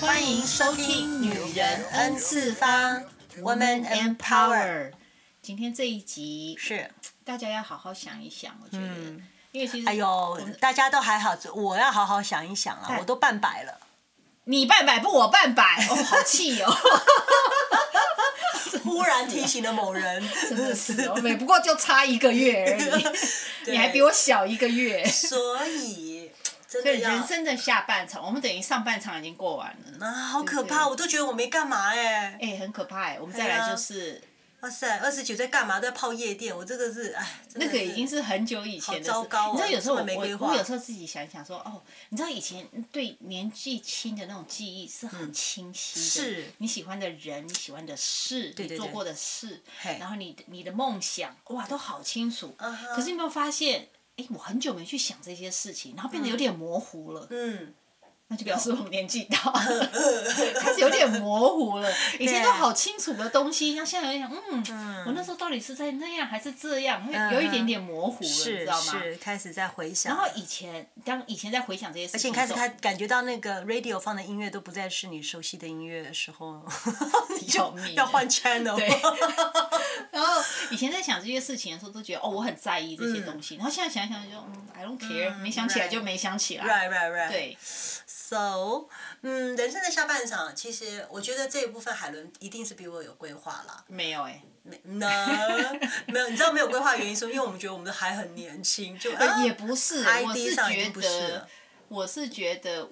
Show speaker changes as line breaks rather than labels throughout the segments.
欢迎收听《女人 N 次方》，Woman Empower。
今天这一集
是，
大家要好好想一想，我觉得，
嗯
因为其实
哎呦，
嗯
大家都还好，我要好好想一想啊
对，
我都半百了。
你半百不我半百， 哦，好气哦，
忽然提醒了某人，
真的
啊
是，我们不过就差一个月而已，你还比我小一个月，
所以真
所
的
以
要
人生的下半场，我们等于上半场已经过完了，
啊，好可
对
怕！我都觉得我没干嘛哎。
哎、很可怕哎、我们再
对
来
啊
就是、
哇塞，二十九在干嘛？都在泡夜店，我这个是哎，真的
那个已
是
经是很久以前的事。
好糟糕哦
你知道有时候我
这么没规
我
划
我有时候自己想一想说，哦，你知道以前对年纪轻的那种记忆是很清晰的，
嗯是
你喜欢的人，你喜欢的事，
对对
你做
对
过的事，
嘿
然后你的你的梦想，哇，都好清楚。
嗯哼
可是你有没有发现？哎，我很久没去想这些事情，然后变得有点模糊了，
嗯，
那就表示我们年纪 大了，开始有点模糊了。以
啊
前都好清楚的东西，那现在有点嗯，我那时候到底是在那样还是这样，会有一点点模糊了，你知
嗯是
道吗？
是，开始在回想。
然后以前，当以前在回想这些事
而且
情
你
的
开
时
始
候，
他感觉到那个 radio 放的音乐都不再是你熟悉的音乐的时 候，你
要
就
命
要换 channel。
对，然后以前在想这些事情的时候，都觉得哦，我很在意这些
嗯
东西。然后现在想一想就，嗯，I don't care，、没想起来就没想起来。
Right, right, right.
对，
So，嗯，人生的下半场，其实我觉得这一部分海伦一定是比我有规划啦。
没有哎、
没呢， 没有，你知道没有规划的原因是因为我们觉得我们还很年轻，就、啊、
呃也不是，我
ID
是
上已
觉
经不是
得
了，。
我是觉得，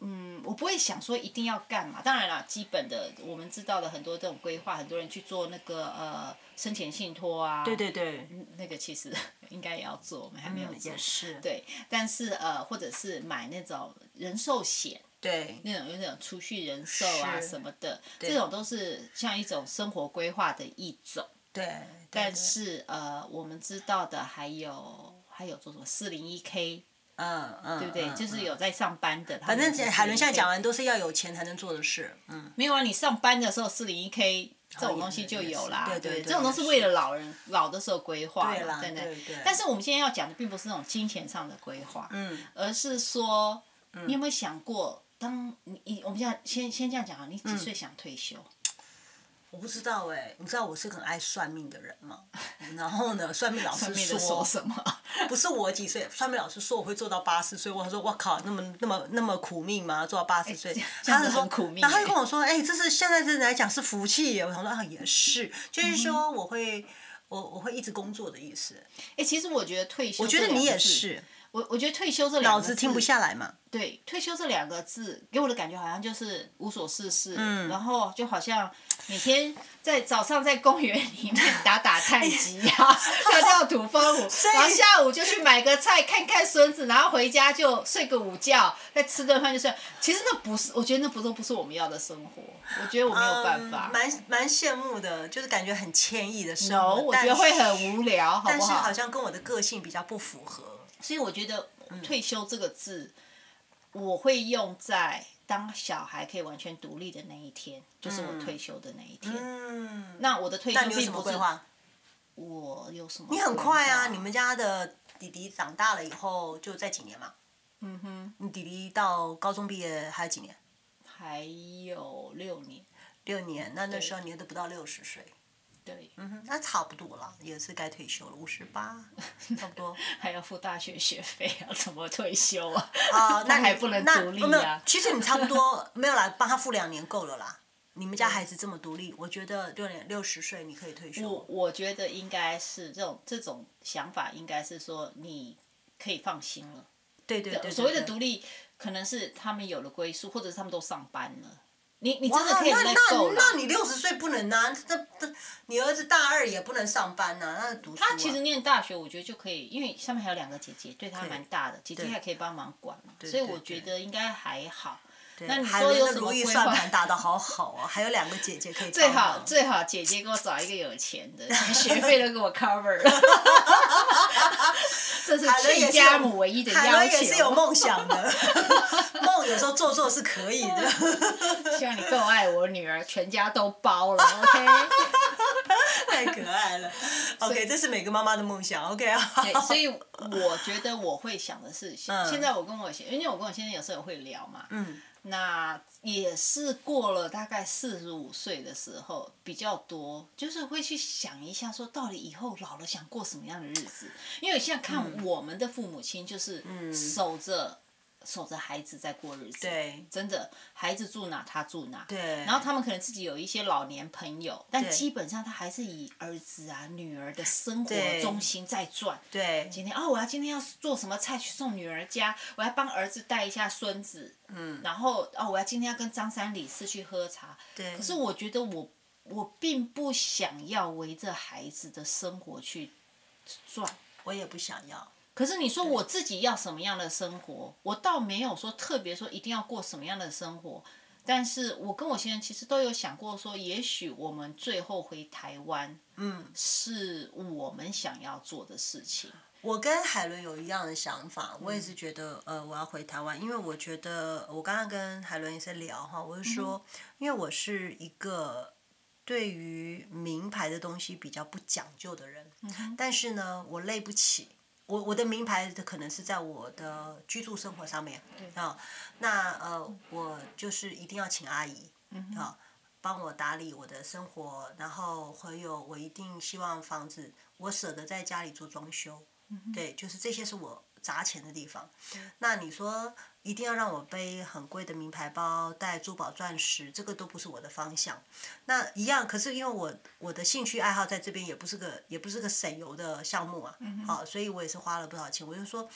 嗯，我不会想说一定要干嘛。当然啦，基本的我们知道的很多这种规划，很多人去做那个呃生前信托啊，
对对对，
嗯，那个其实 应该也要做，我们还没有
嗯
做。
也是，
对，但是呃，或者是买那种人寿险，
对
那种有点储蓄人寿啊
是
什么的，这种都是像一种生活规划的一种。
对。
但
对
是呃，我们知道的还有还有做什么四零一 k，
嗯嗯，
对不对？
嗯
就是
嗯
有在上班的，
反
反
正海伦现在讲完都是要有钱才能做的事，嗯。
没有啊，你上班的时候四零一 k 这种东西就有啦，
哦也是对
不
对对
这种都是
也是
为了老人老的时候规划
对
嘛，
啦
对不
对对
但是我们现在要讲的并不是那种金钱上的规划，
嗯，
而是说，你有没有想过，当你你我们现在先先这样讲啊，你几岁想退休？
嗯我不知道哎、你知道我是个很爱算命的人吗？ 然后呢，算命老师
上面
说，
的说什么？
不是我几岁，算命老师说我会做到八十岁，我说我靠，那么那么那么苦命吗？做到八十岁
哎，这样
他
子
是说
很苦命
然后他
哎
就跟我说，哎、这是现在这来讲是福气耶。我想说啊，也是，就是说
嗯
我会。我我会一直工作的意思，
哎、其实我觉得退休，
我觉得你也，是，哦
我我觉得退休这两
脑
个字，
子停不下来嘛。
对，退休这两个字给我的感觉好像就是无所事事，
嗯
然后就好像每天在早上在公园里面打打太极 啊，跳跳土风舞，然后下午就去买个菜看看孙子，然后回家就睡个午觉，再吃顿饭就睡。其实那不是，我觉得那不都不是我们要的生活，我觉得我没有办法。
嗯蛮蛮羡慕的，就是感觉很惬意的生
no，
活。
哦我
但
觉得会
是
很无聊，好
但
不
是
好
好？像跟我的个性比较不符合。
所以我觉得
嗯
退休这个字，我会用在当小孩可以完全独立的那一天，就是我退休的那一天。
嗯，
那我的退休
那你有
并
什
不
么
是
规划？
我有什么？
你很快
嗯
啊，你们家的弟弟长大了以后就在几年嘛？
嗯哼，
你弟弟到高中毕业还有几年？
还有六年，
六年。那那
对
时候你都不到六十岁，
对，
嗯哼，那差不多了，也是该退休了，五十 八，差不多。
还要付大学学费 啊，怎么退休啊？
啊，那
那
你
还不能
那
独立
没有
啊
其实你差不 多没有啦，帮他付两年够了啦。你们家
嗯
孩子这么独立，我觉得六年六十岁你可以退
我
休。
我觉得应该是这种这种想法，应该是说你可以放心了。
对对对，
所谓的
对
独立，可能是他们有了归宿，或者是他们都上班了。你你
哇，
真的可以
哦那
let
那
go 了。
那你六十岁不能啊，这这你儿子大二也不能上班呐、那读书、啊。
他其实念大学，我觉得就可以，因为上面还有两个姐姐，对他
对
蛮大的，姐姐
对
还可以帮忙管嘛，
对
所以
对
我
对
觉得应该还好。
对
那你
海
嗯说
伦
有
的
什么
如意
规
算
划
盘打得好好哦，还有两个姐姐可以
最
帮
好
忙
最好姐姐给我找一个有钱的，连学费都给我 cover 了。 这是
海伦也
亲
是有
家母唯一的
海
要
伦也是有
求。
梦想的， 梦有时候做做是可以的。
希望你够爱我女儿，全家都包了，OK？
太可爱了。OK，这是每个妈妈的梦想。OK 啊，
对，哎所以我觉得我会想的是，
嗯
现在我跟我先，因为我跟我先生有时候也会聊嘛，
嗯
那也是过了大概四十五岁的时候比较多，就是会去想一下，说到底以后老了想过什么样的日子？因为现
嗯
在看我们的父母亲，就是守着、守着孩子在过日子，
对
真的，孩子住哪他住哪，
对，
然后他们可能自己有一些老年朋友，但
对
基本上他还是以儿子啊、女儿的生活
对
中心在转。
对
今天哦，我要今天要做什么菜去送女儿家，我要帮儿子带一下孙子，嗯，然后哦，我要今天要跟张三李四去喝茶。
对
可是我觉得我我并不想要围着孩子的生活去转。
我也不想要。
可是你说我自己要什么样的生活，我倒没有说特别说一定要过什么样的生活。但是我跟我先生其实都有想过说，也许我们最后回台湾
嗯，
是我们想要做的事情。
我跟海伦有一样的想法，我也是觉得，呃，我要回台湾，因为我觉得我刚刚跟海伦也在聊哈，我是说，因为我是一个对于名牌的东西比较不讲究的人，
嗯
但是呢，我累不起。我我的名牌的可能是在我的居住生活上面啊，那呃，我就是一定要请阿姨
嗯
啊，帮我打理我的生活，然后还有我一定希望房子我舍得在家里做装修，对，就是这些是我砸钱的地方。那你说一定要让我背很贵的名牌包，戴珠宝钻石，这个都不是我的方向。那一样，可是因为我我的兴趣爱好在这边也不是个也不是个省油的项目啊，
嗯
好，所以我也是花了不少钱。我就说，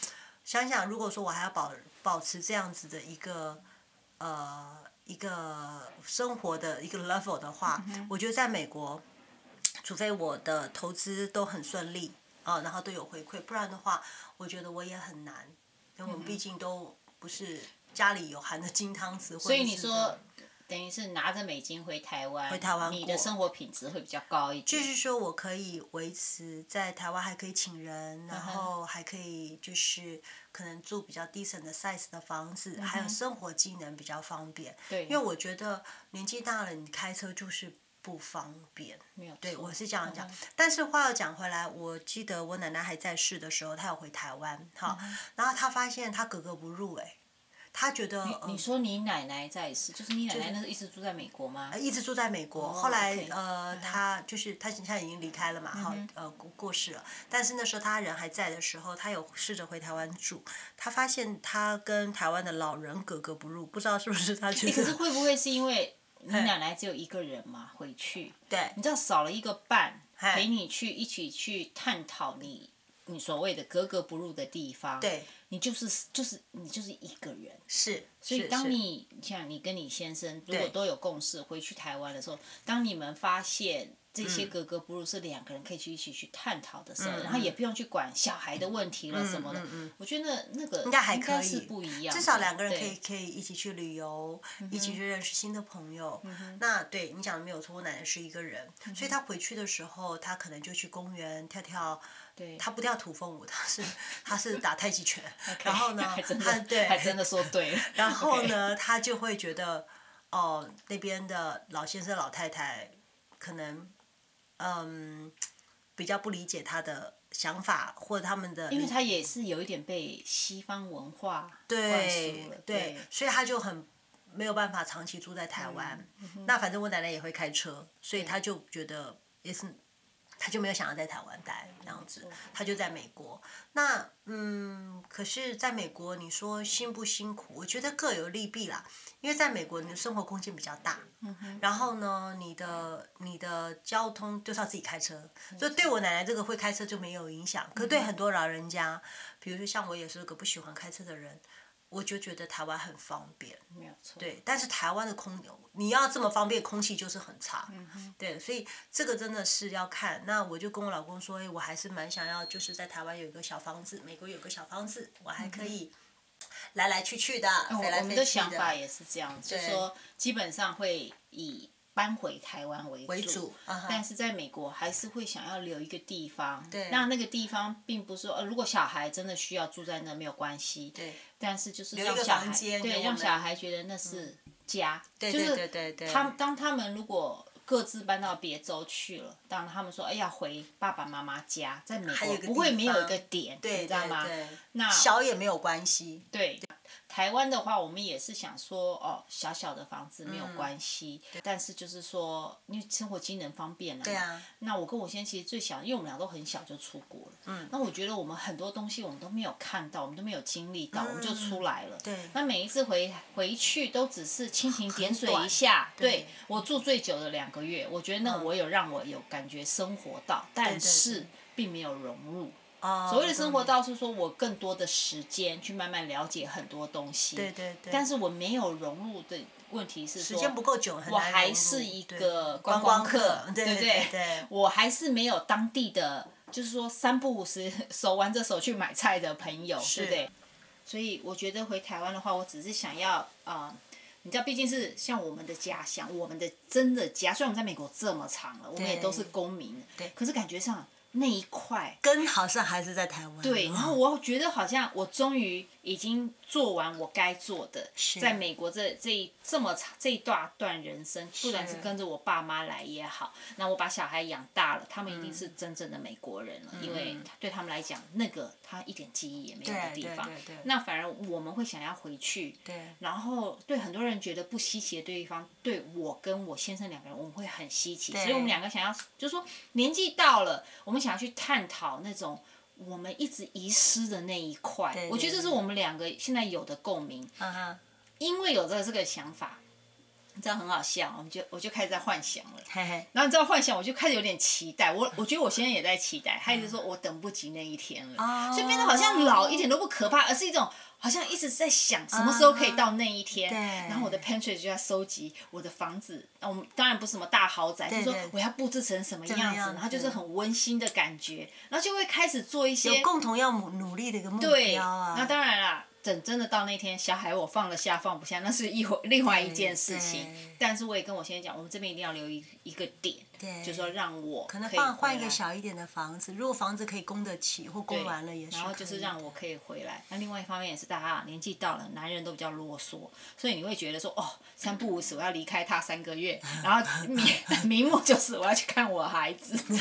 想想如果说我还要保保持这样子的一个呃一个生活的一个 level 的话，
嗯
我觉得在美国，除非我的投资都很顺利啊、然后都有回馈，不然的话，我觉得我也很难，因为我
嗯
们毕竟都不是家里有含着金汤匙，
所以你说，等于是拿着美金回台湾，
回台湾
你
过
的生活品质会比较高一
就
点。
是说我可以维持在台湾还可以请人，然
嗯哼
后还可以就是可能住比较 decent 的 size 的房子，还有生活技能比较方便。
嗯对，
因为我觉得年纪大了，你开车就是不方便。
没有错
对，我是这样讲
嗯哼。
但是话又讲回来，我记得我奶奶还在世的时候，她有回台湾哈，
嗯
然后她发现她格格不入哎、她觉得呃
你说你奶奶在世，就是你奶奶那时候一直住在美国吗？
一直住在美国。
哦
后来
OK，
呃
嗯，
他就是他现在已经离开了嘛，哈、呃过过世了。但是那时候他人还在的时候，他有试着回台湾住，他发现他跟台湾的老人格格不入，不知道是不是他觉
诶可是
得
会不会是因为你奶奶只有一个人嘛？回去，
对
你知道少了一个伴
嘿
陪你去一起去探讨你你所谓的格格不入的地方，，
对
你就是就是你就是一个人。
是，
所以，
是
当
是
你你像你跟你先生如果
对
都有共识，回去台湾的时候，当你们发现这些格格不入是两个人可以去一起去探讨的
嗯
时候，然后也不用去管小孩的问题了什么的，我觉得那那个应
该还可以
是不一样的，
至少两个人
对嗯
可以可以一起去旅游，一起去认识新的朋友。那对你讲的没有错，我奶奶是一个人，
嗯
所以她回去的时候，她可能就去公园跳跳。
对
她不跳土风舞，她 是她是打太极拳。然后呢
还真，
她
的
对，
还真的说对了。
然后呢，他就会觉得，哦，那边的老先生、老太太可能，嗯，比较不理解他的想法，或者他们的
因为
理
他也是有一点被西方文化灌输
对
了，
对，所以他就很没有办法长期住在台湾。
嗯
那反正我奶奶也会开车，所以他就觉得也是，他就没有想要在台湾待这样子
没错，
他就在美国。那嗯，可是在美国，你说辛不辛苦？我觉得各有利弊啦。因为在美国，你的生活空间比较大，
嗯
然后呢，你的你的交通就是要自己开车，所以对我奶奶这个会开车就没有影响。可
嗯
对很多老人家，比如说像我也是个不喜欢开车的人，我就觉得台湾很方便。
嗯没有错。
对，但是台湾的空，你要这么方便，空气就是很差。
嗯
对，所以这个真的是要看。那我就跟我老公说，哎，我还是蛮想要，就是在台湾有一个小房子，美国有个小房子，我还可以来来去去的，
我
飞来
嗯哦我们
飞
的
去
想法也是这样，就是说基本上会以搬回台湾为主，
为主。啊哈
但是在美国还是会想要留一个地方，
对
那那个地方并不是说，呃，如果小孩真的需要住在那没有关系，
对
但是就是
留
让
一个
小孩
房间给
对
我
让
们嗯
小孩觉得那是家，
对
就是
对对对对
他们当他们如果各自搬到别州去了。当然他们说，哎呀，回爸爸妈妈家，在美
还有
国
一个
不会
地
没有一
方
个点，
对
你知道
对
吗？
对
那
小也没有关系，
对，台湾的话，我们也是想说，哦，小小的房子没有
嗯
关系，但是就是说，因为生活机能方便了嘛。
对啊
那我跟我先生其实最小，因为我们俩都很小就出国了。嗯。那我觉得我们很多东西我们都没有看到，我们都没有经历到，我们就出来了。
嗯对
那每一次回回去都只是蜻蜓点水一下。
对嗯
对。我住最久的两个月，我觉得那我有让我有感觉生活到，但是并没有融入。
哦，
所谓的生活
嗯
倒是说我更多的时间去慢慢了解很多东西，
对对对，
但是我没有融入的问题是
时
说，
间不够久，很
我
难融
还
入
是一
对
个
观
光
客，
对
对
不
对对
我还是没有当地的，就是说三不五时 手挽着手去买菜的朋友，对不对？所以我觉得回台湾的话，我只是想要啊、呃你知道，毕竟是像我们的家乡，我们的真的家，虽然我们在美国这么长了，我们也都是公民，
对
可是感觉上那一块
根好像还是在台湾，
对，然后我觉得好像我终于已经做完我该做的，
是
在美国这这一这么长这一大段人生，不管是
是
跟着我爸妈来也好，那我把小孩养大了，他们一定
嗯
是真正的美国人了，因为对他们来讲，那个他一点记忆也没有的
对
地
对
方
对对，
那反而我们会想要回去。
对
然后对很多人觉得不稀奇的对方，对我跟我先生两个人，我们会很稀奇，所以我们两个想要，就是说年纪到了，我们想要去探讨那种我们一直遗失的那一块。
对
我觉得这
对
是我们两个现在有的共鸣，
啊哈，
因为有这这个想法，你知道很好笑，我们就我就开始在幻想了。
嘿嘿，
啊然后你知道幻想，我就开始有点期待。我我觉得我现在也在期待，他一直说我等不及那一天了，
哦
所以变得好像老一点都不可怕，而是一种好像一直在想什么时候可以到那一天。
嗯对
然后我的 Pinterest 就在收集我的房子，那我们当然不是什么大豪宅，就
对
是说
对
我要布置成什么样
么
子，
样
然后就
子
是很温馨的感觉，然后就会开始做一些
有共同要努努力的一个目
对，
标啊，
那当然啦，等真的到那天，小孩我放得下放不下，那是一回另外一件事情
对对。
但是我也跟我先生讲，我们这边一定要留一一个点，
对
就说让我
哎可能
以
换
回
换一
来
个小一点的房子，如果房子可以供得起或供
对
完了也是可以，
然后就是让我可以回来。那另外一方面也是，大家啊年纪到了，男人都比较啰嗦，所以你会觉得说，哦，三不五时我要离开他三个月，然后 名名目就是我要去看我孩子。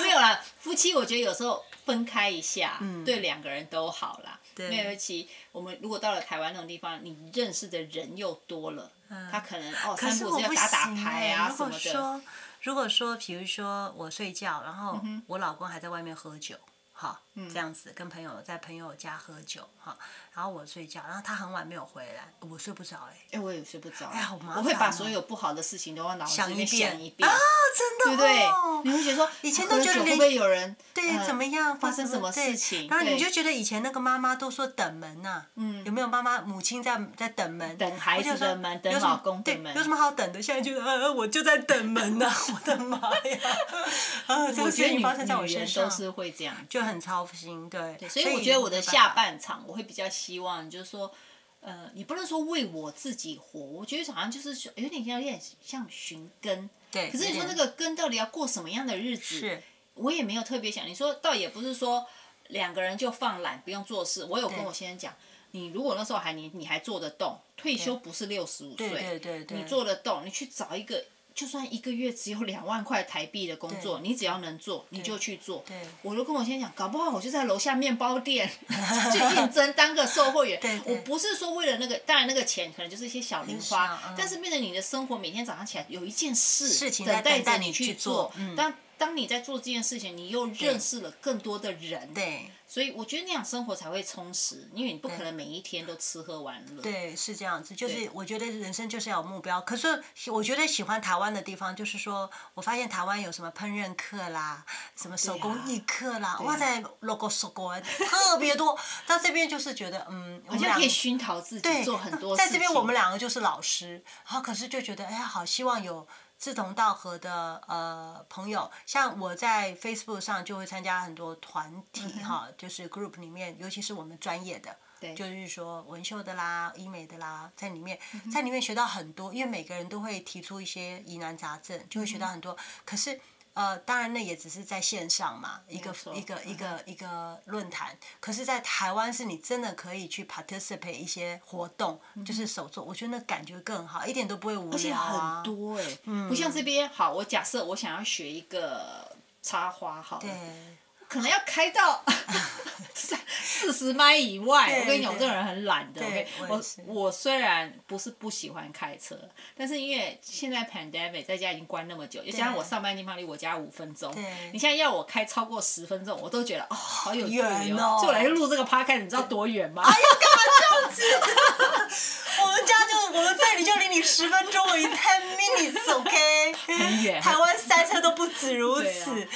没有啦，夫妻我觉得有时候分开一下，对两个人都好啦。
嗯对
因为尤其我们如果到了台湾那种地方，你认识的人又多了，他可能哦
嗯可
三
是
不五
我
时要
不
打打
行
牌
欸
啊
如
什
果
么的。
说，如果说，比如说我睡觉，然
嗯
后我老公还在外面喝酒，哈，这样子跟朋友在朋友家喝酒，哈，然后我睡觉，然后他很晚没有回来，我睡不着哎、
哎、我也睡不着，
呀好麻
我会
烦
把
哦
所有不好的事情都往脑子
想
里
一
面
遍
想一遍，
真的、
对
哦，
不对？你会觉得说，
以前
啊
都
喝
觉得
酒会
连
不会有人
对，
呃
哎怎么样
发生什么
对
事情？
然后你
对
就觉得以前那个妈妈都说等门呐、嗯，有没有妈妈母亲在在等门，
等孩子
我就说
的门等
有什么
老公的
对
门
有什么好等的？现在觉得呃，我就在等门 呐、我的妈呀！啊，这
呃我
个
觉
事
得
情
女
发生在我
女
身
人
上
都，是会这样，
就很操心，对。
所以我觉得我的
没办
下
法
半场我会比较希望，就是说，呃，也不能说为我自己活，我觉得好像就是说有点像有点像寻根。
对，
可是
有
你说那
点
个根到底要过什么样的日子？
是
我也没有特别想。你说倒也不是说两个人就放懒不用做事，我有跟我先生讲，你如果那时候还你你还做得动，退休不是六十五
对
岁，
对对对，
你做得动，你去找一个，就算一个月只有两万块台币的工作，你只要能做，你就去做。
对
我就跟我先生讲，搞不好我就在楼下面包 店去应征当个售货员。
对对
我不是说为了那个，当然那个钱可能就是一些小零花
很少，嗯
但是变成你的生活每天早上起来有一件事
事情
等
在
待
等待
着
你
去
去做嗯
当当你在做这件事情，你又认识了更多的人，
对
所以我觉得那样生活才会充实，因为你不可能每一天都吃喝玩乐。
对，是这样子，就
对
是我觉得人生就是要有目标。可是喜我觉得喜欢台湾的地方，就是说我发现台湾有什么烹饪课啦，什么
啊
手工艺课啦，哇塞，logo 手工特别多。到这边就是觉得，嗯，我
好
们
像
两
可以
个
熏陶自己
对
做很多事
在
情。
这边我们两个就是老师，然后可是就觉得，哎呀，好希望有。志同道合的呃朋友，像我在 Facebook 上就会参加很多团
嗯
体哈、就是 group 里面，尤其是我们专业的，
对
就是说纹绣的啦、医美的啦，在里面，
嗯
在
嗯
里面学到很多，因为每个人都会提出一些疑难杂症，就会学到很多。可是呃，当然那也只是在线上嘛，一个
没错嗯
一个一个一个论坛。可是，在台湾是你真的可以去 participate 一些活动，就是手作，我觉得那感觉更好，一点都不会无
嗯而且
聊啊。
很多哎、不像这边好，我假设我想要学一个插花好了，
对，
可能要开 到四十迈以外。
对
我跟你讲，我这个人很懒的。
对
OK，
我
我
也是
我虽然不是不喜欢开车，但是因为现在 pandemic 在家已经关那么久，又加上我上班地方离我家五分钟
对，
你现在要我开超过十分钟，我都觉得哦，好有距离
远哦哎
哦。所以我来录这个 podcast，你知道多远吗？
我们家就我们这里就离你十分钟而已，ten minutes，OK，、
很远
台湾塞车都不止如
对
此，
啊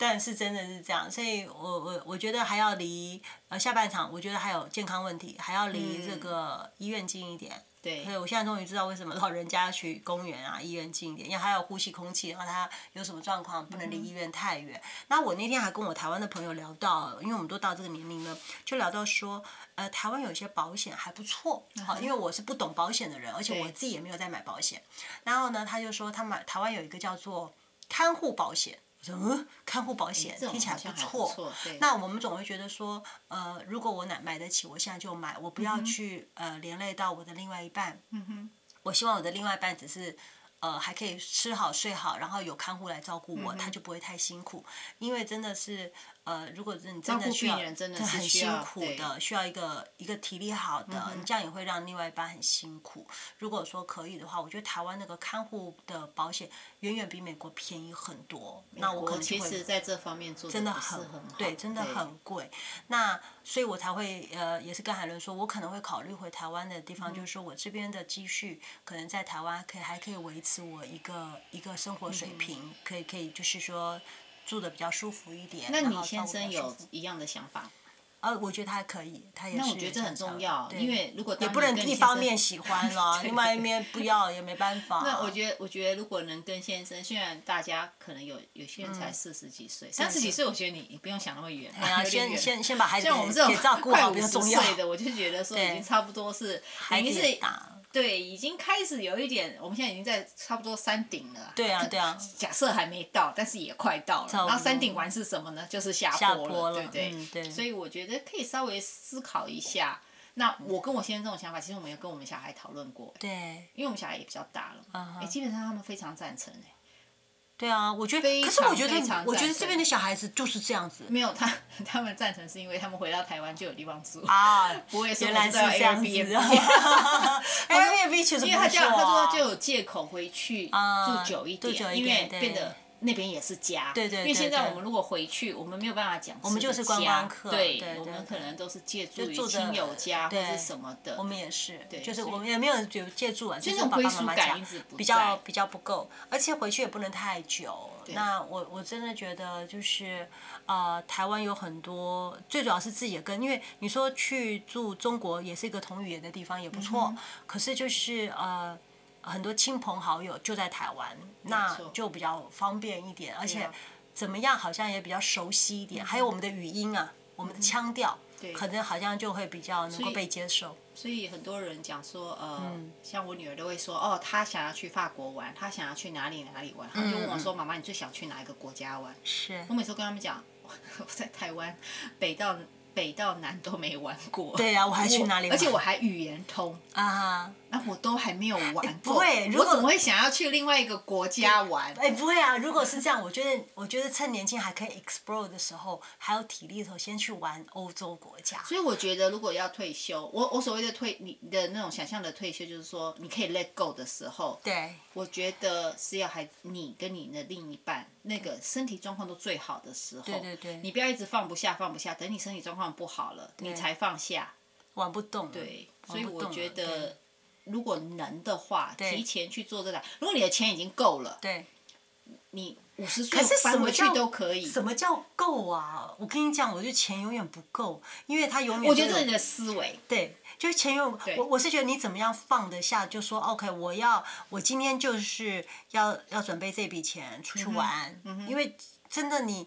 但是真的是这样，所以我我我觉得还要离呃下半场，我觉得还有健康问题，还要离
嗯
这个医院近一点。
对
所以我现在终于知道为什么老人家要去公园啊、医院近一点，因为他要呼吸空气，然后他有什么状况不
嗯
能离医院太远。那我那天还跟我台湾的朋友聊到，因为我们都到这个年龄了，就聊到说，呃，台湾有一些保险还不错，好、因为我是不懂保险的人，而且
嗯对
我自己也没有在买保险。然后呢，他就说他买台湾有一个叫做看护保险。我说嗯，看护保险
这种
听起来
好像还不
错，
错对
那我们总会觉得说，呃，如果我买买得起，我现在就买，
嗯
我不要去、呃连累到我的另外一半。嗯哼，我希望我的另外一半只是。呃，还可以吃好睡好，然后有看护来照顾
嗯
我，他就不会太辛苦。因为真的是，呃，如果是你真
照
的
顾
需要，
病人真的
对
是
很
需
辛
要
苦
对嗯
的，需要一个一个体力好的，你这样也会让另外一半很辛苦。如果说可以的话，我觉得台湾那个看护的保险远远比美国便宜很多。那我可
我
能就
其
会
实在这方面做
真
真
的
是
很
很好，
对，真的很贵。那所以，我才会呃，也是跟海伦说，我可能会考虑回台湾的地方，
嗯
就是说我这边的积蓄可能在台湾可以还可以维持我一个一个生活
嗯
水平，可以可以就是说住的比较舒服一点。
那
然
你
后照
先
顾比较
生
舒
有
服
一样的想法吗？
呃，我觉得他还可以，他也是
那我觉得这很
正常
重要，
对
因为如果
也
也
不能一方面喜 欢了，另外一面不要也没办法。
那我觉得，我觉得如果能跟先生，虽然大家可能有有些人才四十几岁，三十几岁，我觉得你你不用想那么远
嗯哎呀，
有点
先
远
先先把孩子
像我们这
给
种
给照顾
快
好
五
比较
十
重要。
岁的，我就觉得说已
对
经差不多是，
孩
已
子
经
也
是
大，
对，已经开始有一点，我们现在已经在差不多山顶了。
对啊对啊。
假设还没到，但是也快到了。
差不多
然后山顶完是什么呢？就是下
下
坡了，
坡
对
了
不对？
嗯对
所以我觉得可以稍微思考一下。那我跟我先生这种想法，其实我们有跟我们小孩讨论过，
对。
因为我们小孩也比较大了
嗯
嘛，
哼
哎、基本上他们非常赞成哎、
对啊，我觉得，
非
可是我
常
觉
非常
得，我觉得
赞
这
成
边的小孩子就是这样子
没有他 他们赞成是因为他们回到台湾就有地方住，
啊，
不会说
原来
我
是
知道
这样子。
Airbnb
Airbnb 其实
因
不
为他这样，
错
他说
啊
就有借口回去
啊
住久一
住久
点，
一
因
点
为
对
变得那边也是家。
对对对
因为现在
对
我们如果回去，我们没有办法讲我
们就是观光客
对
对，
我
对
们可能都是借住
就
于
住着
亲友家或
对
者什么的
我。们也是，就是
所以
我们也没有有借助啊，就
那
是
种
爸爸
归
妈
属
妈
感
家
一直不
比较
在
比较不够，而且回去也不能太久。那我我真的觉得就是，呃，台湾有很多，最主要是自己的根，因为你说去住中国也是一个同语言的地方，也不
嗯
错。可是就是呃。很多亲朋好友就在台湾，那
错
就比较方便一点，而且
啊嗯
怎么样好像也比较熟悉一点。还有我们的语音啊，我们的腔调，可能好像就会比较能够
以
被接受。
所以很多人讲说，呃，
嗯
像我女儿都会说，哦，她想要去法国玩，她想要去哪里哪里玩，她就问我
嗯
说，妈妈，你最想去哪一个国家玩？
是，
我每次都跟他们讲，我在台湾北到北到南都没玩过。
对啊呀、我还去哪里
我
玩？
而且我还语言通，
啊哈，
那我都还没有玩过。
不会如
我
果
怎么会想要去另外一个国家玩？
哎、不会啊。如果是这样，我觉得，我觉得趁年轻还可以 explore 的时候，还有体力的时候，先去玩欧洲国家。
所以我觉得，如果要退休，我我所谓的退，你你的那种想象的退休，就是说你可以 let go 的时候，
对，
我觉得是要还你跟你的另一半那个身体状况都最好的时候，
对对对
你不要一直放不下放不下，等你身体状况不好了，你才放下。
玩不动。
对，
玩
所以
哦不
我
动
觉
了对
得，如果能的话，
对
提前去做这个。如果你的钱已经够了，
对。
你五十岁
可是什
搬
么
回去
叫
都可以。
什么叫够啊？我跟你讲，我就钱永远不够，因为他永远
我觉得
都
这
有
是你的思维，
对，就是钱永
对
我我是觉得你怎么样放得下，就说 OK，我要我今天就是要要准备这笔钱
嗯
出去玩，因为真的你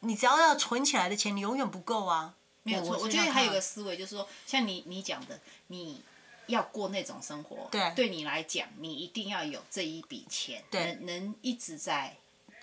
你只要要存起来的钱，你永远不够啊。
没有错。
是
我
这
觉得
样
还
看
有一个思维，就是说，像你你讲的，你要过那种生活，
对
对你来讲，你一定要有这一笔钱，
对
能能一直在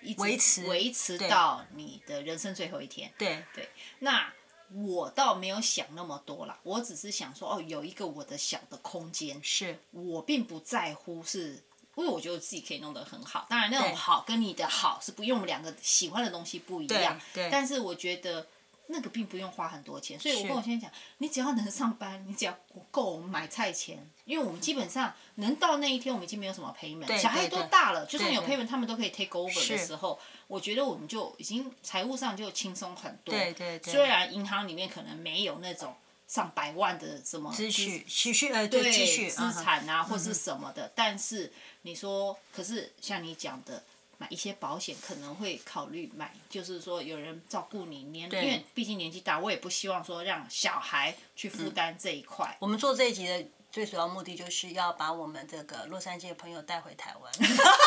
一直
维持
维持到你的人生最后一天。
对，
对，那我倒没有想那么多啦，我只是想说，哦，有一个我的小的空间，
是
我并不在乎是。因为我觉得我自己可以弄得很好，当然那
对
种好跟你的好是不因为我们两个喜欢的东西不一样，
对对
但是我觉得那个并不用花很多钱，所以我
是
跟我先生讲，你只要能上班，你只要够我们买菜钱，因为我们基本上能到那一天，我们已经没有什么 payment，
对
小孩
对
都
对
大了，就算
对
有
对
payment，他们都可以 take over 的
是
时候，我觉得我们就已经财务上就轻松很多。
对对对
虽然银行里面可能没有那种上百万的什么
继
资
续继续呃对继续
资
嗯哼
产啊，或是什么的。但是你说，可是像你讲的，买一些保险可能会考虑买，就是说有人照顾你年，因
对
为毕竟年纪大，我也不希望说让小孩去
嗯
负担这一块。
我们做这一集的最主要目的就是要把我们这个洛杉矶的朋友带回台湾，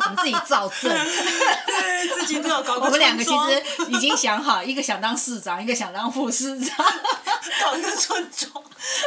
我们自己造证。
自己都有搞
我们两个其实已经想好，一个想当市长，一个想当副市长。
搞一个村庄，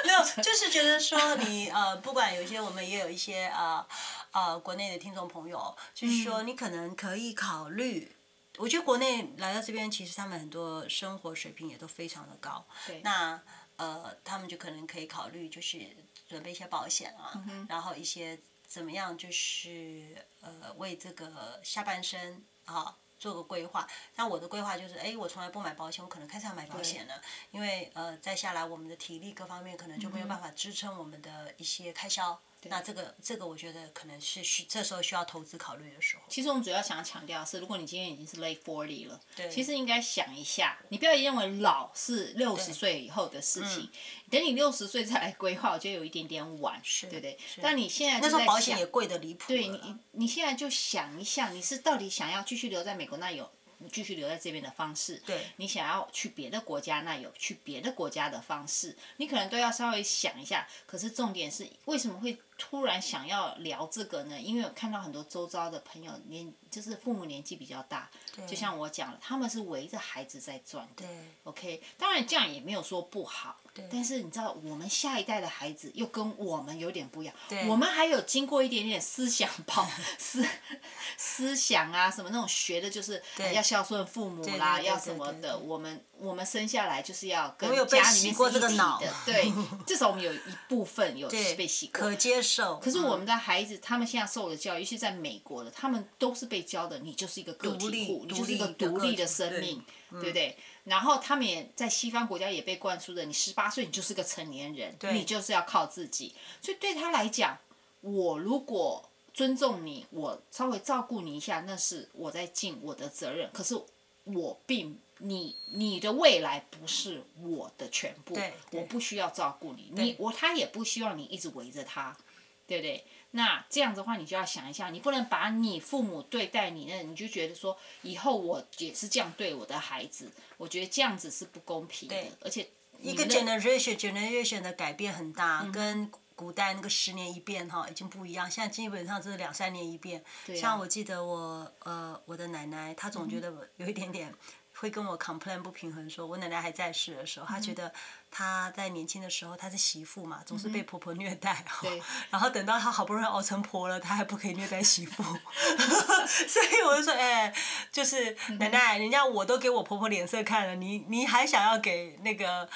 没有，就是觉得说你呃，不管有一些我们也有一些呃呃国内的听众朋友，就是说你可能可以考虑。我觉得国内来到这边，其实他们很多生活水平也都非常的高。
对
那呃，他们就可能可以考虑，就是准备一些保险啊，然后一些怎么样，就是呃，为这个下半生啊做个规划。那我的规划就是，哎，我从来不买保险，我可能开始要买保险了，因为呃，再下来我们的体力各方面可能就没有办法支撑我们的一些开销。那这个这个，我觉得可能是需这时候需要投资考虑的时候。
其实我们主要想要强调的是，如果你今天已经是 late forty 了，
对
其实应该想一下，你不要认为老是六十岁以后的事
嗯
情，等你六十岁再来规划，我觉得有一点点晚，
是
对不对
是？
但你现在
那
就
时候
在
保险
想
也贵的离谱了
对
啦。
你，你现在就想一下，你是到底想要继续留在美国，那有你继续留在这边的方式；
对
你想要去别的国家，那有去别的国家的方式。你可能都要稍微想一下。可是重点是，为什么会突然想要聊这个呢？因为我看到很多周遭的朋友年，就是父母年纪比较大，就像我讲了，他们是围着孩子在转的。
对
OK，当然这样也没有说不好，但是你知道，我们下一代的孩子又跟我们有点不一样，我们还有经过一点点思想 保思思想啊什么那种学的，就是哎要孝顺父母啦，
对对对
要
对
什么
对
的。我们我们生下来就是要跟
们有被
家里
洗
面
过这
是一
个
体
脑
的， 对，至少我们有一部分有
对
被洗过
可。接受。可
可是我们的孩子，他们现在受的教育，尤其在美国的，他们都是被教的，你就是一个个
独立
体户，你就是一个
独立的
独立
个
的
体嗯
生命，对不对？然后他们也在西方国家也被灌输的，你十八岁你就是个成年人，你就是要靠自己。所以对他来讲，我如果尊重你，我稍微照顾你一下，那是我在尽我的责任。可是我并你你的未来不是我的全部
对，对
我不需要照顾你，你我他也不希望你一直围着他，对不对？那这样子的话，你就要想一下，你不能把你父母对待你那，你就觉得说以后我也是这样对我的孩子，我觉得这样子是不公平的
对，
而且一
一个 generation generation 的改变很
嗯
大，跟古代那个十年一变哈已经不一样，现在基本上就是两三年一变。
啊嗯
像我记得我呃我的奶奶，她总觉得我有一点点。会跟我 complain 不平衡说我奶奶还在世的时
嗯
候，她觉得她在年轻的时候她是媳妇嘛，总是被婆婆虐待哈、
对
然后等到她好不容易熬成婆了，她还不可以虐待媳 妇， 所以我就说，哎、就是
嗯
奶奶，人家我都给我婆婆脸色看了，你你还想要给那个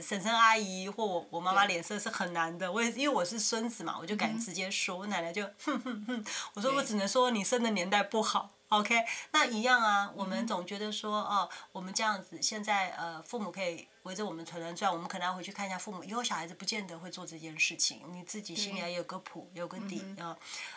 婶婶阿姨或我我妈妈
对嗯
脸色是很难的。我也因为我是孙子嘛，我就敢直接说，我奶奶就哼哼哼，我说我
对
只能说你生的年代不好。OK，那一样啊，我
嗯
们总觉得说哦，我们这样子，现在呃，父母可以围着我们团团转，我们可能要回去看一下父母。以后小孩子不见得会做这件事情，你自己心里
对嗯
要有个谱，有个底啊、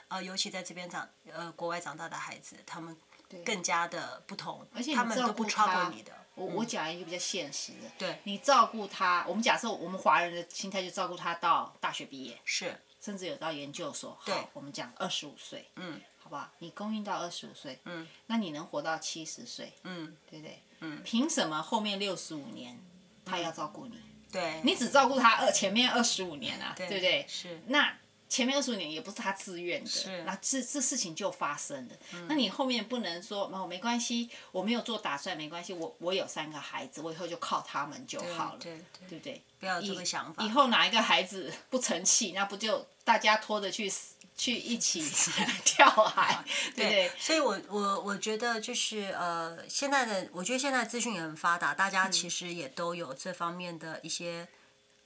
呃呃，尤其在这边长呃国外长大的孩子，他们更加的不同，
而且你
他们都
照
不
顾他
trouble 你的。嗯
我我讲一个比较现实的，
对
你照顾他，我们假设我们华人的心态就照顾他到大学毕业，
是
甚至有到研究所。
对
好，我们讲二十五岁，
嗯，
好不好？你供应到二十五岁，
嗯，
那你能活到七十岁，
嗯，
对不对？
嗯，
凭什么后面六十五年他要照顾你？
对，
你只照顾他二前面二十五年啊，
对
对不对？
是
那前面二十五年也不是他自愿的，
是嗯
那这这事情就发生了。那你后面不能说哦，没关系，我没有做打算，没关系，我我有三个孩子，我以后就靠他们就好了，
嗯对对，
不对？
不要有
以
这个想法
以。后哪一个孩子不成器，那不就大家拖着去死去一起 跳
啊
海，对不对？
所以我，我我觉得就是呃，现在的我觉得现在资讯也很发达，大家
嗯
其实也都有这方面的一些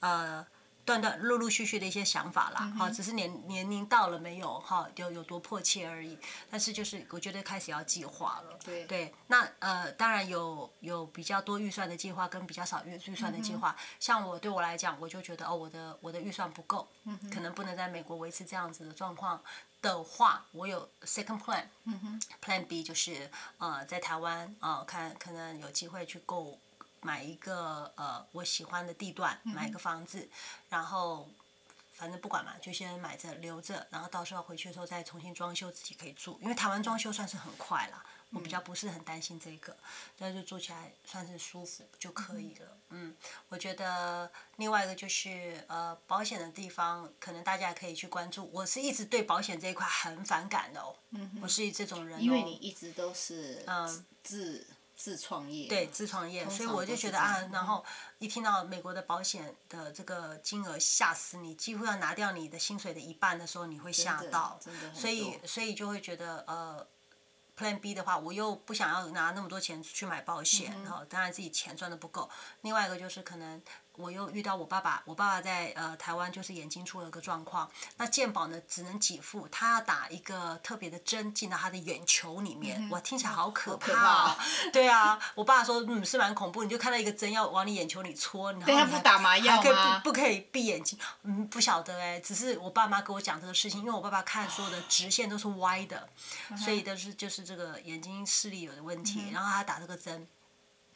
呃断断陆陆续续的一些想法
嗯
啦。哈、只是年年龄到了没有哈，有有多迫切而已。但是就是我觉得开始要计划了。
对
那呃，当然有有比较多预算的计划跟比较少预预算的计划。像我对我来讲，我就觉得哦，我的我的预算不够，可能不能在美国维持这样子的状况的话，我有 second plan。Plan B 就是呃，在台湾呃，看可能有机会去购买一个呃我喜欢的地段，买一
嗯
个房子，然后反正不管嘛，就先买着留着，然后到时候回去的时候再重新装修，自己可以住。因为台湾装修算是很快啦，我比较
嗯
不是很担心这个，但是住起来算是舒服就可以了。嗯，我觉得另外一个就是呃保险的地方，可能大家也可以去关注。我是一直对保险这一块很反感的哦，我是这种人、哦，
嗯因为你一直都是
嗯
自自创业，
对，自创业，所以
常
我
都
就是觉得
这
啊
样，
然后一听到美国的保险的这个金额吓死你，几乎要拿掉你的薪水的一半的时候，你会吓
真的
到
真的，很
所以所以就会觉得呃。Plan B 的话，我又不想要拿那么多钱去买保险，
嗯
然后、当然自己钱赚的不够。另外一个就是可能我又遇到我爸爸，我爸爸在呃台湾就是眼睛出了个状况，那健保呢只能给付，他要打一个特别的针进到他的眼球里面，哇，听起来好可怕、
嗯可
哦，
怕哦
对啊，我爸说嗯是蛮恐怖，你就看到一个针要往你眼球里戳，然后
对
你
他
还
不打麻药
还可以
吗
不不可以闭眼睛？嗯，不晓得哎、只是我爸妈跟我讲这个事情，因为我爸爸看所有的直线都是歪的，
嗯
所以都是就是这个眼睛视力有的问题，然后他打这个针。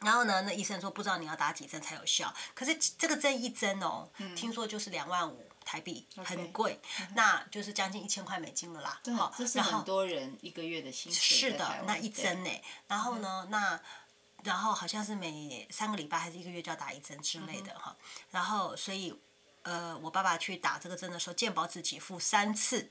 然后呢，那医生说不知道你要打几针才有效，可是这个针一针哦，
嗯
听说就是两万五台币，很贵，那就是将近一千块美金了啦。好，
这是
然后
很多人一个月的薪水。
是
在台
的，
湾
那一
对嗯
针呢、然后呢，那然后好像是每三个礼拜还是一个月就要打一针之
嗯
类的哈、然后所以呃，我爸爸去打这个针的时候，健保只给付三次。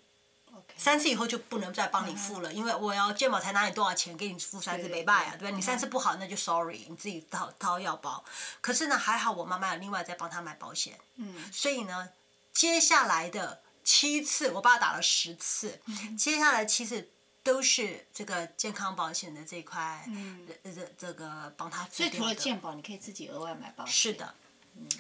OK
三次以后就不能再帮你付了，因为我要健保才拿你多少钱，给你付三次
嗯对对
没办呀，
对嗯
对吧？你三次不好，那就 sorry，你自己掏掏药包。可是呢，还好我妈妈有另外再帮她买保险，
嗯，
所以呢，接下来的七次，我爸打了十次，
嗯
接下来七次都是这个健康保险的这一块，
嗯
呃这这个帮他付
所以除
掉
了
的。
健保，嗯你可以自己额外买保险。
是的，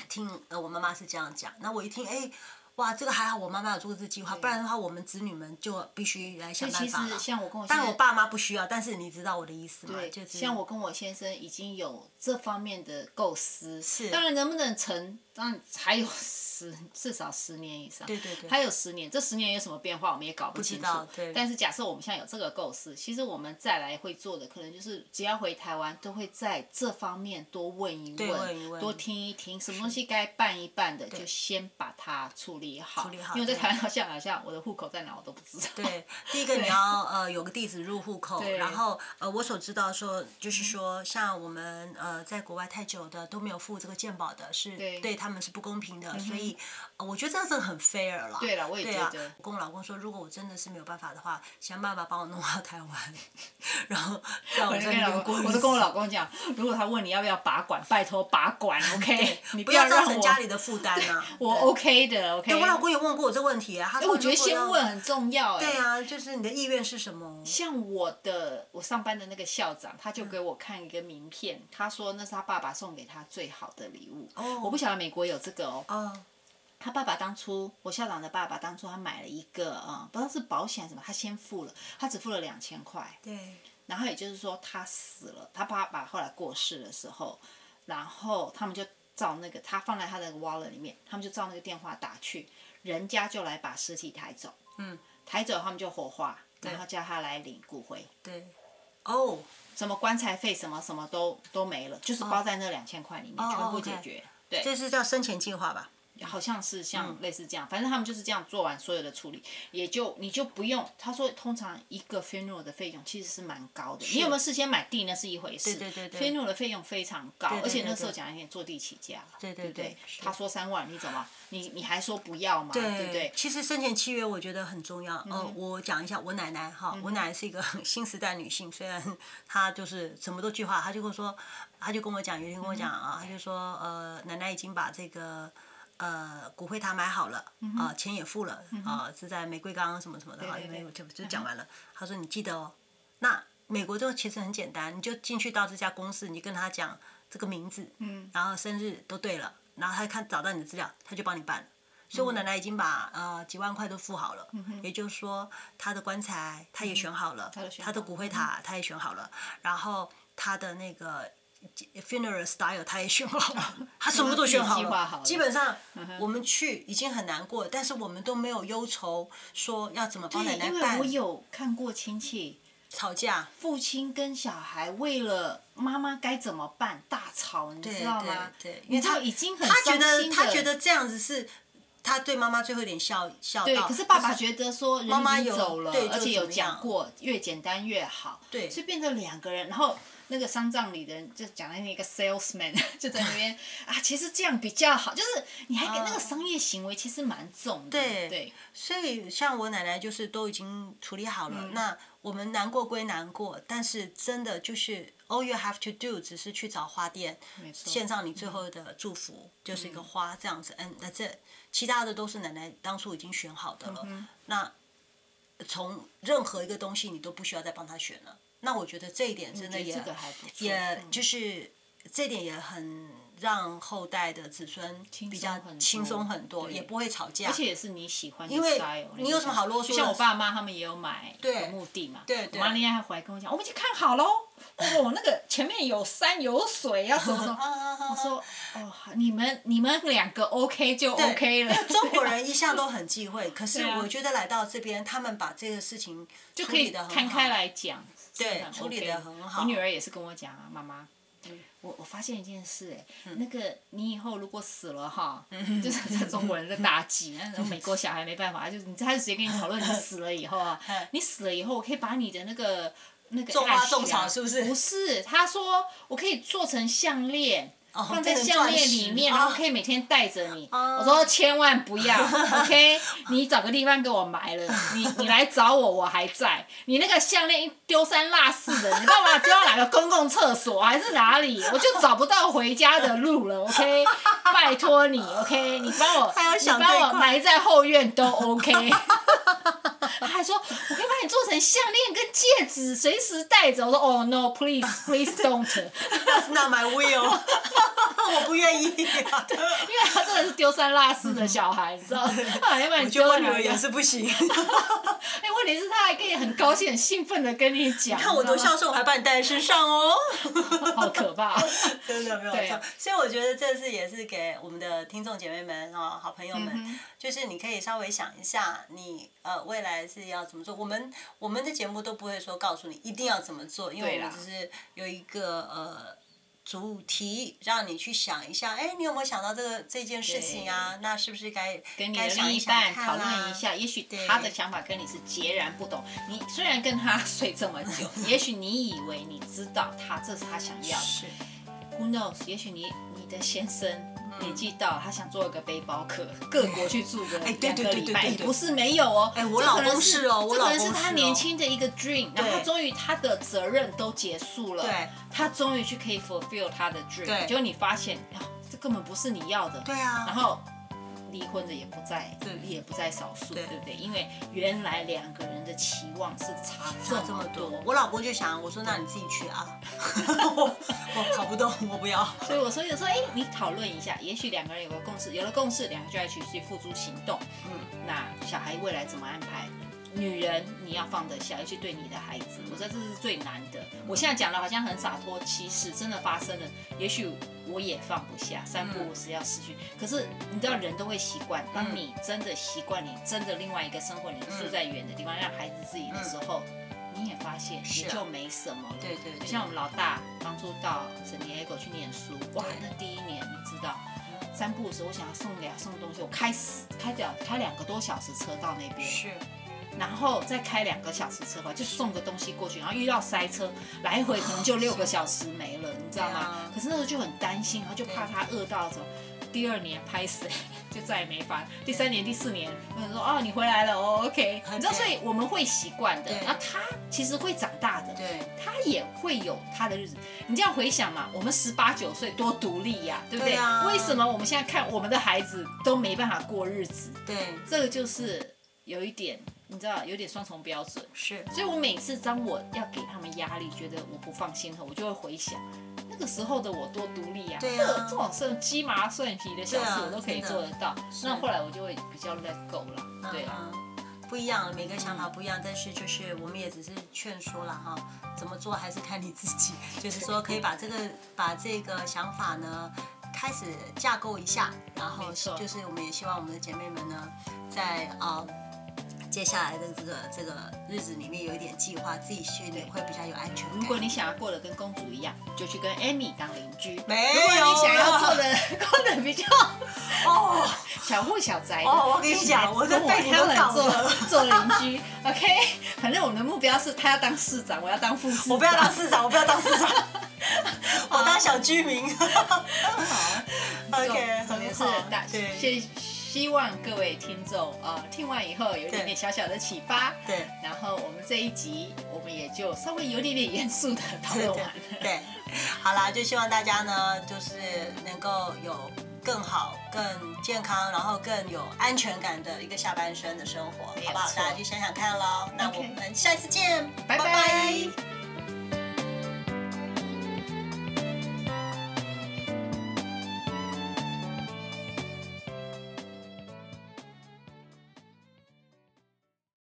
听呃我妈妈是这样讲，那我一听哎。哇，这个还好，我妈妈有做这计划，不然的话，我们子女们就必须来
所
想
以
办
其
法
实
了。
像我跟我
但
现
我
在
爸妈不需要，但是你知道我的意思吗？
对，
就是
像我跟我先生已经有这方面的构思，
是
当然能不能成，当然还有十至少十年以上，
对对对
还有十年，这十年有什么变化我们也搞不清
知
楚，
道对
但是假设我们现在有这个构思，其实我们再来会做的，可能就是只要回台湾，都会在这方面多问一
对问一问
多听一听，什么东西该办一办的，就先把它处理好，
处理好
因为我在
对
台湾到现在好像我的户口在哪我都不知道，
对，第一个你要呃有个地址入户口，
对嗯
然后呃我所知道说就是说像我们呃在国外太久的都没有付这个健保的，是
对嗯
对他们是不公平的，所以、呃我觉得这样子很 fair 了。
对啦我也
对
觉
啊
得
我跟我老公说，如果我真的是没有办法的话，想办法帮我弄到台湾， 然 后让我
我就
在
跟
那
老
边过
公，
日
我
子
就跟我老公讲，如果他问你要不要拔管，拜托拔 管，OK，你
不
要
要造
让
成
我
家里的负担啊。
我
对
OK 的，OK。
对我老公也问过我这问题啊，他
哎，
说
我觉得
如果
先
要
问。很重要，哎。
对啊，就是你的意愿是什么？
像我的我上班的那个校长，他
嗯
就给我看一个名片，他说那是他爸爸送给他最好的礼物。
哦
我不晓得美国有这个哦。
哦，
他爸爸当初，我校长的爸爸当初他买了一个，嗯，不知道是保险还是什么，他先付了，他只付了两千块。
对，
然后也就是说，他死了，他爸爸后来过世的时候，然后他们就照那个他放在他的 wallet 里面，他们就照那个电话打去，人家就来把尸体抬走，
嗯，
抬走他们就火化，
对
然后叫他来领骨灰，
对，哦，
什么棺材费什么什么都都没了，就是包在那两千块里面，
哦
全部
哦，OK
解决。对，
这是叫生前计划吧？
好像是
嗯
像类似这样，反正他们就是这样做完所有的处理，也就你就不用。他说，通常一个 funeral 的费用其实是蛮高的，你有没有事先买地那是一回事，
对对对
funeral 的费用非常高，
对
而且
对
那时候
对
讲一点坐地起价，
对对
对不
对
对
是，
他说三万，你怎么，你你还说不要嘛，对不对？嗯
其实生前契约我觉得很重要。呃，我讲一下我奶奶哈，我奶奶是一个新时代女性，虽然她就是什么都计
嗯
划，她就跟我说，她就跟我讲，有一天跟我讲啊，她就说呃，奶奶已经把这个。呃骨灰塔买好了，
嗯
啊、钱也付了，啊是在玫瑰岗什么什么的，
对
好，
对
因
对嗯
为我就就讲完了。他说你记得哦，那美国这个其实很简单，你就进去到这家公司，你就跟他讲这个名字，
嗯
然后生日都对了，然后他看找到你的资料，他就帮你办了。所以我奶奶已经把呃几万块都付好了，也就是说她的棺材她也选好了，
她都
嗯
选
她的
好
骨灰塔她也选好了，然后她的那个 funeral style 她也选好 了，她什么都选好
自己计划
了，嗯
好了
基本上我们去已经很难过，但是我们都没有忧愁说要怎么帮奶
对，
奶
因为
办
我有看过亲戚，
吵架，
父亲跟小孩为了妈妈该怎么办大吵，你知道吗？
对对对因为
你知道
他
已经很
她觉
伤
得
心
她
的
觉得这样子是她对妈妈最后有点孝孝
对，
道，
可是爸爸觉得说人
妈
已经
有
走了，
对
而
就
且
怎
有
么
讲
样
过越简单越好，
对
所以变成两个人，然后那个丧葬里的人就讲了那个 salesman 就在那边啊， 其实这样比较好，就是你还给那个商业行为其实蛮重的，
啊对
对
所以像我奶奶就是都已经处理好
嗯
了。那我们难过归难过，但是真的就是 all you have to do 只是去找花店，
错
献上你
嗯
最后的祝福，就是一个花这样子。嗯，那这其他的都是奶奶当初已经选好的了。
嗯
那从任何一个东西你都不需要再帮她选了。那我觉得这一点真的
我觉
也
得这个还不错
也
嗯
就是这点也很让后代的子孙
轻
比
松
较
很多
轻松很多，
对
也不会吵架，
而且也是你喜欢的
因为
style，
你有什么好啰嗦的
像我爸妈他们也有买
对
墓地嘛，
对对
我妈那天还回来跟我讲，我们已经看好喽，哦，那个前面有山有水啊，什么 什么。
嗯
我说哦，你们你们两个 OK 就 OK 了
因为，中国人一向都很忌讳，可是
对啊
我觉得来到这边，他们把这个事情
就
处
可以
理的很好。
摊开来讲，
对
是很
处理
OK
得很好嗯
我女儿也是跟我讲啊，妈妈。我我发现一件事、哎、那个你以后如果死了哈，
嗯
就是这中国人的打击，那美国小孩没办法，就是你他就直接跟你讨论你死了以后啊
嗯，
你死了以后，我可以把你的那个那个
种花
ash 啊
种草是不是
不是，他说我可以做成项链。放在
哦变成
项链
钻石
里面，
哦
然后可以每天带着你。我说千万不 要，OK？你找个地方给我埋了，你你来找我，我还在。你那个项链一丢三落四的，你知道吗？丢到哪个公共厕所还是哪里？我就找不到回家的路了，OK？拜托你，OK？你帮我，
还要
你
想
帮
这一
我
块
埋在后院都 OK。他还说我可以把你做成项链跟戒指，随时戴着。我说哦、no，please，please don't。
That's not my will，我不愿 意、啊。
因为他真的是丢三落四的小孩，你知 道吗？他好像把
我
你
觉得
丢
我
在
女
哪
儿
里？
也是不 行。
哎，问题是他还可以很高兴、很兴奋的跟你讲，
看我多
你知道
孝顺，我还把你带在身上哦。
吗，好可 怕！
真的没有
对
错
啊。
所以我觉得这次也是给我们的听众姐妹们啊、好朋友
嗯
们，就是你可以稍微想一下你，呃未来是要怎么做。我们我们的节目都不会说告诉你一定要怎么做，因为
对啊
我
啦
们只是有一个呃。主题让你去想一下，哎，你有没有想到这个这件事情啊？那是不是该
跟你
该
的
想
另
一
一
想
半
看
讨
啦
论一下，也许他的想法跟你是截然不同。你虽然跟他睡这么 久，也许你以为你知道他这是他想要的
是，
，Who knows？也许你你的先生
嗯
年纪到了，他想做一个背包客，各国去住个
哎对
两
对
个
对
礼
对
拜，
对
哎
对
不是没有哦。
哎我
这
老
可能
公是哦我
这可能
老
是
公
他
是
年
哦
轻的一个 dream，然后他
对
终于他的责任都结束了，
对
他终于去可以 fulfill 他的 dream，
对
结果你发现啊，这根本不是你要的，
对啊
然后。离婚的也不在，
对
也不在少数，对
对
不对？因为原来两个人的期望是差
差这么
么
多。我老公就想，我说那你自己去啊， 我我跑不动，我不要。
所以我说有时候，哎、你讨论一下，也许两个人有个共识，有了共识，两个就要一起去付诸行动。嗯，那小孩未来怎么安排？女人你要放得下，尤其对你的孩子，我觉得这是最难的。
嗯
我现在讲的好像很洒脱，其实真的发生了，也许我也放不下，三不五时要失去。
嗯
可是你知道，人都会习惯，当你真的习惯，你真的另外一个生活，你
嗯
住在远的地方，让孩子自己的时候，你也发现
是
也
啊
就没什么了。
对对对
就像我们老大当初到圣地亚哥去念书，哇，那第一年你知道，三步的时候我想要送给他送东西，我开始开两开两个多小时车到那边，
是，
然后再开两个小时车回来，就送个东西过去，然后遇到塞车，来回可能就六个小时没了，你知道
对
吗
啊？
可是那时候就很担心，然后就怕他饿到什么。第二年拍死， 就再也没发。第三年、第四年，我想说哦，你回来了哦，OK。你知道，所以我们会习惯的
对。
那他其实会长大的，
对，
他也会有他的日子。你这样回想嘛，我们十八九岁多独立呀、对不对？
对啊
为什么我们现在看我们的孩子都没办法过日子？
对，
这个就是有一点，你知道，有点双重标准。
是，
所以我每次当我要给他们压力，觉得我不放心后，我就会回想那个时候的我多独立啊，
对
这
啊
个这种这种鸡毛蒜皮的小
对啊
事我都可以
真的
做得到。
是
那后来我就会比较 let go 了，对啊，
嗯嗯不一样，每个想法不一样，但是就是我们也只是劝说了哈，怎么做还是看你自己，就是说可以把这个把这个想法呢开始架构一下，然后
没错
就是我们也希望我们的姐妹们呢，在啊、接下来的这个这个日子里面有一点计划，自己心里会比较有安全感。
如果你想要过得跟公主一样，就去跟 Amy 当邻居。
没
如果
有
你想要
啦
做的过得比较
哦，
小户小宅的，
哦我跟你讲我
跟
都
我
被你们
Helen
搞
做
了
做邻居，OK？反正我们的目标是他要当市长，我要当副市长。
我不要当市长，我不要当市 长，我当小居民。
好。
OK，
重
很
点是
好，
大，
对
希希望各位听众呃听完以后有一点
对
点小小的启发，
对。
然后我们这一集我们也就稍微有点点严肃的讨
对
论
对
完了。
对，好啦，就希望大家呢，就是能够有更好、更健康，然后更有安全感的一个下半生的生活，
没有
好不好？
错
大家去想想看喽。那我
OK
们下一次见，
拜
拜
拜
拜